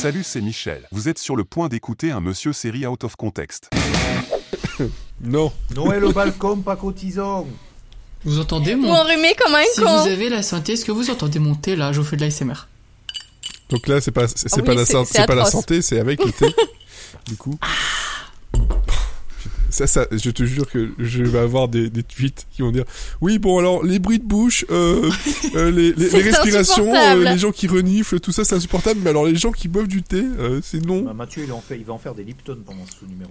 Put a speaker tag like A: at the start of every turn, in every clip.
A: Salut, c'est Michel. Vous êtes sur le point d'écouter un monsieur série out of context.
B: Non.
C: Noël au balcon, pas cotisant.
D: Vous entendez mon...
E: Mon rhumé comme un
D: Si vous
E: con.
D: avez la santé, est-ce que vous entendez mon thé là Je vous fais de l'ASMR.
B: Donc là, c'est pas, c'est
E: Ah
B: pas,
E: oui,
B: la,
E: c'est-
B: san-
E: c'est
B: c'est pas la
E: atroce.
B: santé, c'est avec le thé. du coup. Ça, ça, je te jure que je vais avoir des, des tweets qui vont dire Oui, bon, alors, les bruits de bouche, euh, euh, les, les-
E: C'est
B: les respirations, euh,
E: insupportable.
B: les gens qui reniflent, tout ça, c'est insupportable, mais alors, les gens qui boivent du thé, euh, c'est non.
D: Ah.
C: Bah, Mathieu, il, en fait, il va en faire des Lipton pendant ce sous-numéro.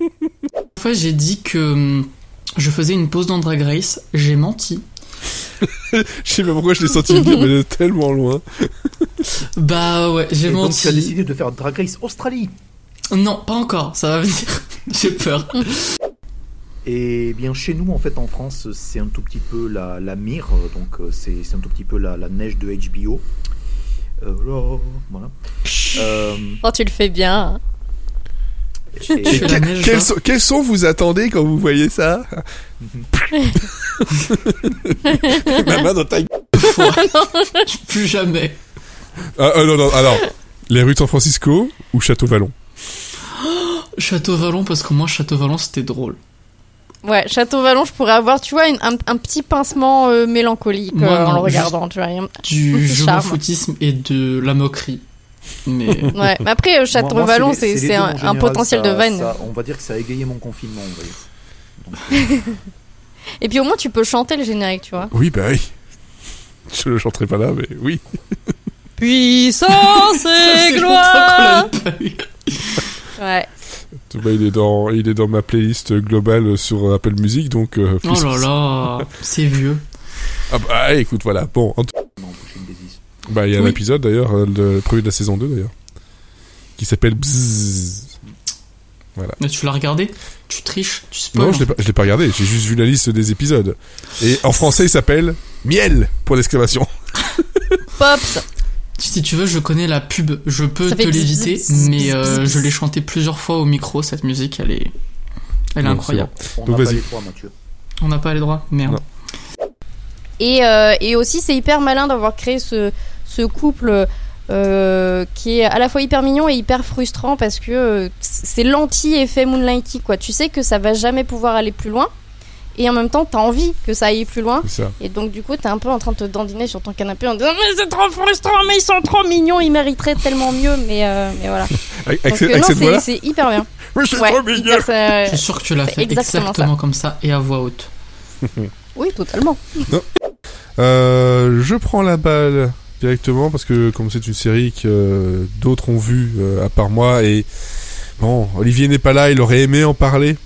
D: Une fois, j'ai dit que hum, je faisais une pause dans Drag Race. J'ai menti.
B: Je sais pas pourquoi je l'ai senti venir, mais de tellement loin.
D: Bah ouais, j'ai
C: Et donc,
D: menti.
C: tu as décidé de faire Drag Race Australie.
D: Non, pas encore. Ça va venir. j'ai peur.
C: Et bien chez nous, en fait, en France, c'est un tout petit peu la, la mire, euh, donc euh, c'est c'est un tout petit peu la, la neige de HBO. Euh, oh, voilà. Euh,
E: Oh, tu le fais bien.
C: et-
D: Je fais la neige, hein.
B: Quels
D: là.
B: son, quels sons vous attendez quand vous voyez ça Ma main dans ta
D: Plus jamais.
B: Ah, ah, non, non, alors, les rues de San Francisco ou Château-Vallon
D: Château Vallon, parce qu'au moins Château Vallon c'était drôle.
E: Ouais, Château Vallon, je pourrais avoir, tu vois, une- un, un petit pincement euh, mélancolique
D: Moi,
E: euh, en
D: non,
E: le
D: juste-
E: regardant, tu vois. rien.
D: Du
E: C'est
D: jeu m'en
E: charme.
D: foutisme et de la moquerie. Mais
E: Ouais, mais après, euh, Château
C: Moi- moi,
E: Vallon,
C: les-
E: c'est
C: les
E: c'est
C: deux,
E: un,
C: en
E: un
C: général,
E: potentiel
C: ça-
E: de vanne.
C: ça- on va dire que ça a égayé mon confinement, on va dire.
E: Et puis au moins, tu peux chanter le générique, tu vois.
B: Oui, bah oui. Je le chanterai pas là, mais oui.
E: Puissance
D: Ça
E: et
D: fait
E: gloire
D: longtemps qu'on l'avait pas eu.
E: Ouais,
B: Tout bas, il est dans, il est dans ma playlist globale sur Apple Music, donc. euh,
D: Oh là là, c'est vieux.
B: Ah bah ah, écoute, voilà. Bon, en tout-
C: Non, prochaine des is.
B: bah il y a un
D: Oui.
B: épisode d'ailleurs, euh, le premier de la saison 2 d'ailleurs, qui s'appelle Bzzz.
D: Mais tu l'as regardé Tu triches Tu spoil
B: Non, je l'ai pas, je l'ai pas regardé. J'ai juste vu la liste des épisodes. Et en français, il s'appelle Miel pour l'exclamation.
E: Pops
D: Si tu veux, je connais la pub. Je peux
E: Ça
D: te
E: fait bzz,
D: l'éviter,
E: bzz, bzz,
D: mais euh,
E: bzz,
D: je l'ai
E: bzz.
D: chantée plusieurs fois au micro. Cette musique, elle est, elle est
B: Non,
D: incroyable.
C: On
B: Donc,
C: n'a pas
B: vas-y.
C: les trois, Mathieu.
D: On n'a pas les droits, merde.
B: Non.
E: Et, euh, et aussi, c'est hyper malin d'avoir créé ce, ce couple euh, qui est à la fois hyper mignon et hyper frustrant parce que euh, c'est l'anti-effet Moonlighty, quoi. Tu sais que ça va jamais pouvoir aller plus loin. Et en même temps, t'as envie que ça aille plus loin.
B: C'est ça.
E: Et donc, du coup, t'es un peu en train de te dandiner sur ton canapé en disant Mais c'est trop frustrant, mais ils sont trop mignons, ils mériteraient tellement mieux. Mais, euh, mais voilà.
B: Avec,
E: Donc,
B: avec cette-
E: euh,
B: avec
E: non,
B: cette
E: c'est
B: voix-là.
E: c'est hyper bien.
B: Oui, c'est
E: Ouais,
B: trop mignon.
E: hyper, ça- euh,
D: Je suis sûr que tu l'as
E: C'est
D: fait
E: exactement
D: exactement, comme ça et à voix haute.
E: Oui, totalement.
B: Euh, je prends la balle directement parce que comme c'est une série que euh, d'autres ont vue euh, à part moi et bon Olivier n'est pas là il aurait aimé en parler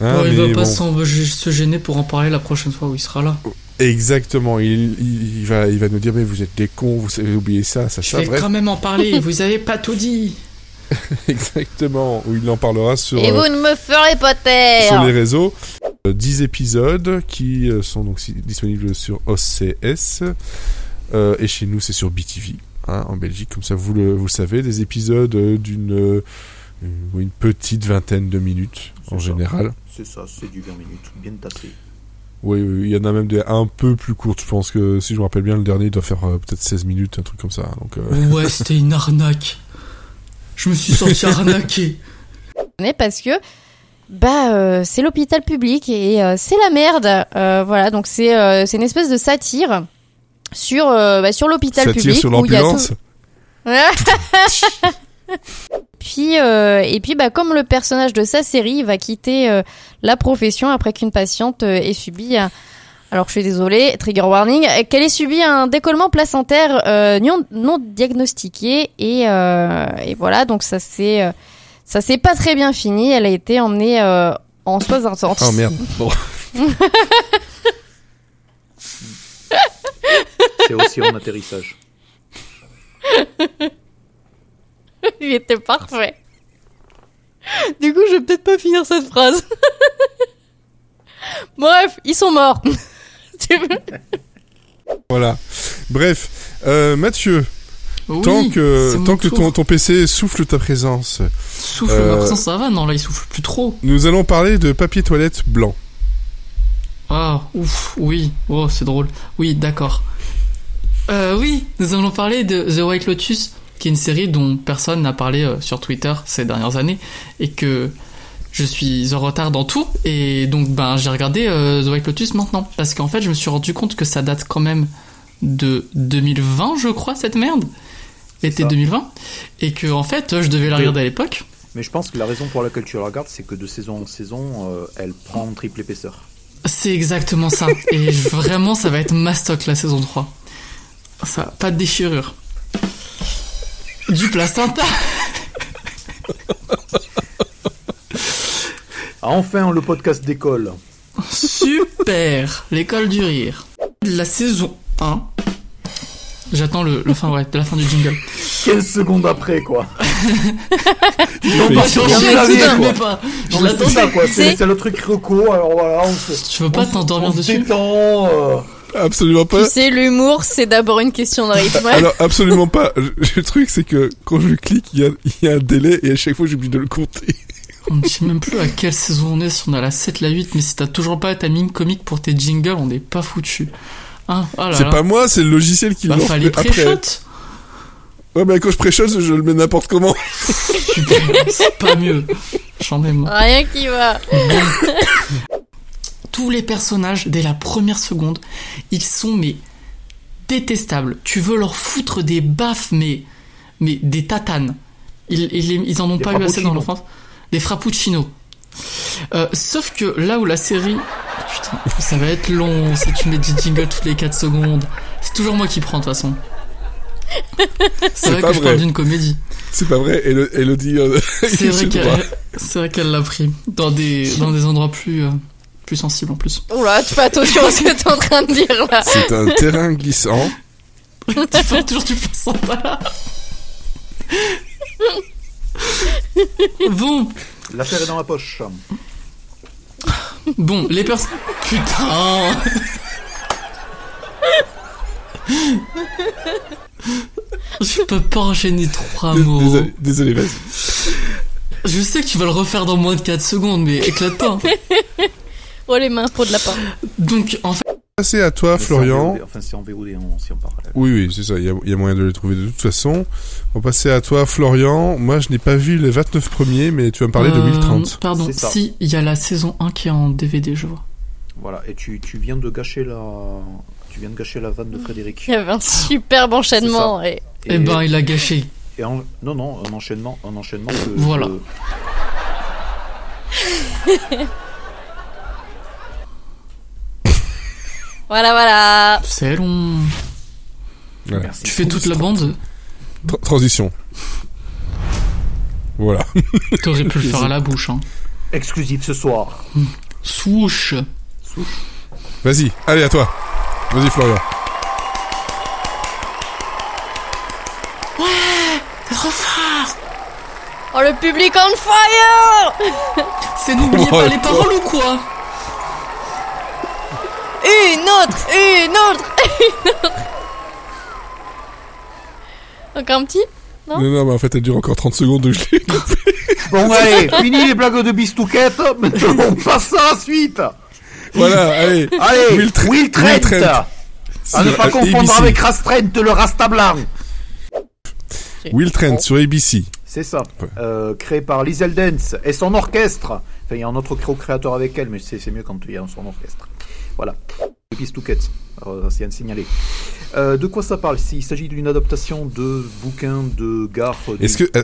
B: Hein,
D: Bon, il va
B: mais
D: pas
B: bon. Bah,
D: s'en- se gêner pour en parler la prochaine fois où il sera là.
B: exactement il, il, il va il va nous dire mais vous êtes des cons vous avez oublié ça ça
D: Je
B: ça
D: vais
B: bref
D: quand même en parler, vous avez pas tout dit.
B: exactement où il en parlera sur
E: Et
B: euh,
E: vous ne me ferez pas
B: sur les
E: taire
B: réseaux. Euh, 10 épisodes qui euh, sont donc si- disponibles sur OCS. euh, et chez nous, c'est sur BTV, hein, en Belgique. Comme ça, vous le, vous le savez, des épisodes euh, d'une euh, une, une petite vingtaine de minutes, en
C: C'est ça.
B: général.
C: C'est ça, c'est du 20 minutes, bien tassé.
B: Oui, oui, il y en a même des un peu plus courtes. Je pense que, si je me rappelle bien, le dernier doit faire euh, peut-être 16 minutes, un truc comme ça. Donc, euh,
D: Ouais, c'était une arnaque. Je me suis senti arnaqué.
E: Mais parce que bah euh, c'est l'hôpital public et euh, c'est la merde Euh, voilà donc c'est euh, c'est une espèce de satire sur euh, bah, sur l'hôpital
B: ça tire
E: public
B: sur
E: où il y a tout-
B: l'ambulance.
E: puis euh, et puis bah comme le personnage de sa série il va quitter euh, la profession après qu'une patiente euh, ait subi un alors je suis désolée, trigger warning, euh, qu'elle ait subi un décollement placentaire euh, non, non diagnostiqué et, euh, et voilà donc ça c'est euh, ça s'est pas très bien fini. Elle a été emmenée euh, en soins intenses.
B: Oh merde. Bon.
C: C'est aussi en atterrissage.
E: Il était parfait. Du coup, je vais peut-être pas finir cette phrase. Bref, ils sont morts. Tu veux
B: Voilà. Bref, euh, Mathieu, tant
D: Oui,
B: que,
D: c'est mon
B: tant que
D: tour.
B: ton, ton PC souffle ta présence,
D: Souffle,
B: Euh,
D: ma présence, ça va, non, là il souffle plus trop.
B: Nous allons parler de papier toilette blanc.
D: Ah, ouf, oui, oh, c'est drôle. Oui, d'accord. Euh, oui, nous allons parler de The White Lotus, qui est une série dont personne n'a parlé euh, sur Twitter ces dernières années et que je suis en retard dans tout et donc ben j'ai regardé euh, The White Lotus maintenant parce qu'en fait je me suis rendu compte que ça date quand même de 2020 je crois cette merde été
C: ça.
D: 2020 et que en fait je devais la
C: Oui.
D: regarder à l'époque
C: Mais je pense que la raison pour laquelle tu la regardes, c'est que de saison en saison, euh, elle prend une triple épaisseur.
D: c'est exactement ça et vraiment ça va être mastoc la saison 3 ça pas de déchirure du placenta
C: Ah, enfin, le podcast d'école.
D: Super L'école du rire. La saison 1. J'attends le, le fin, ouais, la fin du jingle.
C: 15 secondes après, quoi.
D: Non,
B: fait
D: pas
B: exprès.
D: sur
E: Non,
D: le jingle,
E: mais c'est
D: je
C: dingue.
D: l'aimais pas. Je
C: Non, mais c'est
D: l'attendais.
C: ça, quoi.
E: C'est-
C: C'est c'est le truc reco. Alors voilà, on se.
D: Tu veux pas
C: on se-
D: t'endormir
C: on se
D: dessus
C: détend, euh,
B: Absolument
E: Tu
B: pas.
E: sais, l'humour, c'est d'abord une question de rythme.
B: Alors absolument pas. Le truc c'est que quand je clique, il y a, il y a un délai et à chaque fois j'oublie de le compter.
D: On ne sait même plus à quelle saison on est, si on est à la 7, la 8, mais si t'as toujours pas ta mine comique pour tes jingles, on n'est pas foutu. Hein oh là
B: c'est
D: là.
B: pas moi, c'est le logiciel qui
D: bah,
B: l'a
D: fallait
B: fait après.
D: pré-shot
B: Ouais, mais quand je préchose, je le mets n'importe comment.
D: Super, c'est pas mieux. J'en ai marre.
E: Rien qui va.
D: Tous les personnages, dès la première seconde, ils sont mais détestables. Tu veux leur foutre des baffes, mais, mais des tatanes. Ils, ils, ils en ont
C: Des
D: pas eu assez dans
C: frappuccinos.
D: l'enfance. Des frappuccinos. Euh, sauf que là où la série... Putain, ça va être long si tu mets du jingle toutes les 4 secondes. C'est toujours moi qui prends de toute façon. C'est vrai que
B: pas
D: je
B: vrai.
D: parle d'une comédie.
B: C'est pas vrai. Elo- Elodie. euh,
D: C'est vrai
B: je
D: qu'elle
B: vois.
D: c'est vrai qu'elle l'a pris. Dans des, dans des endroits plus, euh, plus sensibles en plus.
E: Oula, tu fais attention à ce que t'es en train de dire là.
B: C'est un terrain glissant.
D: tu parles toujours du placenta là. bon,
C: L'affaire est dans la poche.
D: bon, les personnes. Putain. Oh. Je peux pas enchaîner trois mots.
B: Désolé, désolé, vas-y.
D: Je sais que tu vas le refaire dans moins de 4 secondes, mais éclatant.
E: Oh, les mains, peau de lapin.
D: Donc, en fait,
B: Passer à toi,
C: Mais c'est en
B: Florian.
C: VOD, Enfin, c'est en VOD, hein, on s'y en parallèle.
B: Oui, oui, c'est ça. Il y, a- il y a moyen de le trouver de toute façon. On va passer à toi, Florian. Moi, je n'ai pas vu les 29 premiers, mais tu vas me parler de
D: euh,
B: 1030.
D: Pardon,
C: C'est ça.
D: si, il y a la saison 1 qui est en DVD, je vois.
C: Voilà, et tu, tu viens de gâcher la. Tu viens de gâcher la vanne de Frédéric.
E: Il y avait un superbe enchaînement. Et...
D: Eh ben, il a gâché.
C: et en- non, non, un enchaînement. Un enchaînement que-
D: Voilà.
C: que-
E: Voilà, voilà.
D: C'est long.
B: Ouais.
C: Merci.
D: Tu fais toute la bande
B: Tra- transition. Voilà.
D: T'aurais pu le faire à la bouche, hein.
C: Exclusif ce soir.
D: Swoosh
B: Vas-y, allez, à toi. Vas-y, Florian.
D: C'est trop fort
E: Oh, le public on fire
D: C'est n'oubliez
B: Oh,
D: pas les
B: attends.
D: paroles ou quoi
E: Une autre, une autre, une autre. Encore un petit Non.
B: Non, non, mais en fait, elle dure encore 30 secondes, donc je l'ai.
C: Bon, allez, fini les blagues de bistouquette. Maintenant, on passe à la suite.
B: Voilà, allez.
C: Allez,
B: Will
C: Will
B: Tre-
C: Trent.
B: Will Trent.
C: À ne
B: Sur,
C: pas
B: euh,
C: confondre
B: ABC.
C: avec Ras Trent, le Rasta blanc.
B: Will Trent sur ABC.
C: C'est ça. Euh, créé par Liz Eldens et son orchestre. Enfin, il y a un autre co-créateur avec elle, mais c'est c'est mieux quand il y a son orchestre. Voilà. Le Pistouquette, Alors, c'est à le signaler. Euh, de quoi ça parle Il s'agit d'une adaptation de bouquin de Gare.
B: Est-ce que, euh,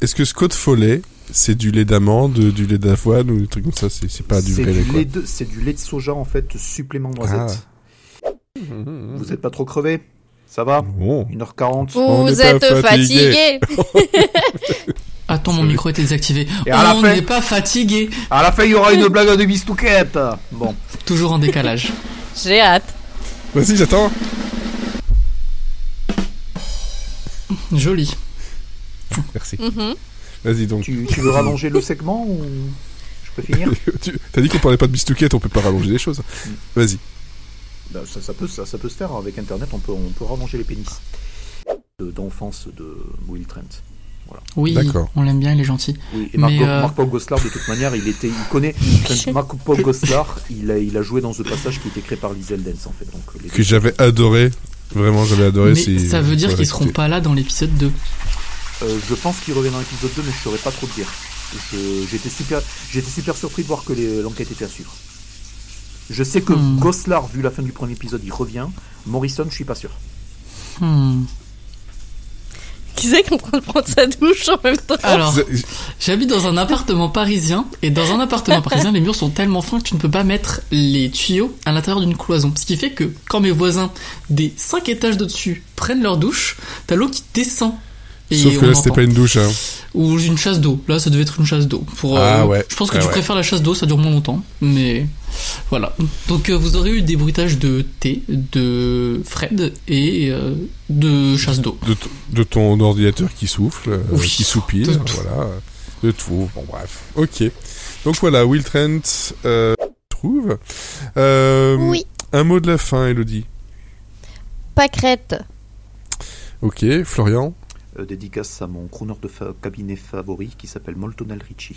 B: est-ce que Scott Foley, c'est du lait d'amande, du lait d'avoine ou des trucs comme ça C'est c'est pas du
C: c'est
B: vrai lait,
C: du,
B: quoi. Ah.
C: lait de, c'est du lait de soja en fait, supplément noisette.
D: Mmh.
C: Vous n'êtes pas trop crevé Ça va
B: Bon.
C: 1h40
E: Vous
B: n'est
E: êtes
B: pas
E: fatigué.
B: fatigué.
D: Attends, mon micro était désactivé.
C: Et à la
D: on
C: fin-
D: n'est pas fatigué
C: Ah, À la fin, il y aura une blague de bistouquette Bon.
D: Toujours en décalage.
E: J'ai hâte.
B: Vas-y, j'attends.
D: Joli.
B: Merci. Vas-y donc.
C: Tu, tu veux rallonger le segment ou je peux finir
B: Tu- T'as dit qu'on parlait pas de bistouquette, on peut pas rallonger des choses.
C: Mm.
B: Vas-y.
C: Bah, ça, ça peut, ça, ça peut se faire avec Internet. On peut, on peut rallonger les pénis De- d'enfance de Will Trent.
D: Oui,
B: D'accord.
D: on l'aime bien, il est gentil.
C: Oui, et Marc,
D: Mais,
C: Go-
D: euh,
C: Marc Paul Gosselaar, de toute manière, il était, il connaît enfin, Marc Paul Gosselaar. Il a, il a joué dans ce passage qui était créé par Liz Eldens en fait. Donc les
B: Que j'avais adoré. Vraiment, j'avais adoré.
D: Mais
B: c'est-
D: ça veut dire
B: faudrait
D: qu'ils seront
B: écouter.
D: pas là dans l'épisode 2.
C: Euh, je pense qu'il revient dans l'épisode 2, mais je saurais pas trop te dire. Je- J'étais super, j'étais super surpris de voir que les- l'enquête était à suivre. Je sais que
D: Hmm.
C: Goslar, vu la fin du premier épisode, il revient. Morrison, je suis pas sûr.
D: Hmm.
E: Qui c'est qui est en train de prendre sa douche en même temps
D: Alors,
B: Z-
D: j'habite dans un appartement parisien, et dans un appartement parisien, les murs sont tellement fins que tu ne peux pas mettre les tuyaux à l'intérieur d'une cloison. Ce qui fait que quand mes voisins des 5 étages de dessus prennent leur douche, t'as l'eau qui descend. Et
B: Sauf que
D: on
B: là, c'était
D: entend.
B: pas une douche. Hein.
D: Ou une chasse d'eau. Là, ça devait être une chasse d'eau. Pour, euh,
B: Ah ouais.
D: Je pense que
B: Ouais,
D: tu
B: ouais.
D: préfères la chasse d'eau, ça dure moins longtemps. Mais voilà. Donc, euh, vous aurez eu des bruitages de thé, de Fred et euh, de chasse d'eau.
B: De, t- de ton ordinateur qui souffle, euh,
D: Oui.
B: qui soupire,
D: De tout.
B: voilà. De tout, bon bref. Ok. Donc voilà, Will Trent euh, trouve. Euh,
E: Oui.
B: Un mot de la fin, Elodie.
E: Pâquerette.
B: Ok, Florian.
C: Euh, dédicace à mon crooner de fa- cabinet favori qui s'appelle Moltonel Richie.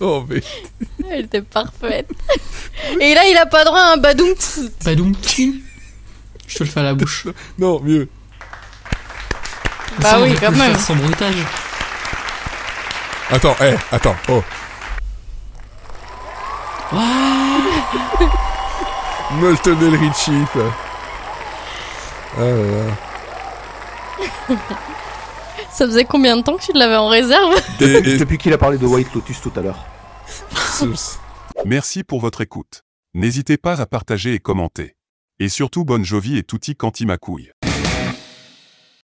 B: Oh, mais...
E: Elle était parfaite. Et là, il a pas droit à un badoum.
D: Badoum. Je te le fais à la bouche.
B: Non, mieux.
E: Bah
D: Ça, on
E: oui,
D: peut
E: quand
D: le
E: même.
D: faire Sans bruitage.
B: Attends, eh, attends. Oh. Ah. Molten El Richie, quoi. Ah là là.
E: Ça faisait combien de temps que tu l'avais en réserve
B: Et- et-
C: Depuis qu'il a parlé de White Lotus tout à l'heure.
B: ce-
A: Merci pour votre écoute. N'hésitez pas à partager et commenter. Et surtout bonne jovie et tutti quanti ma couille.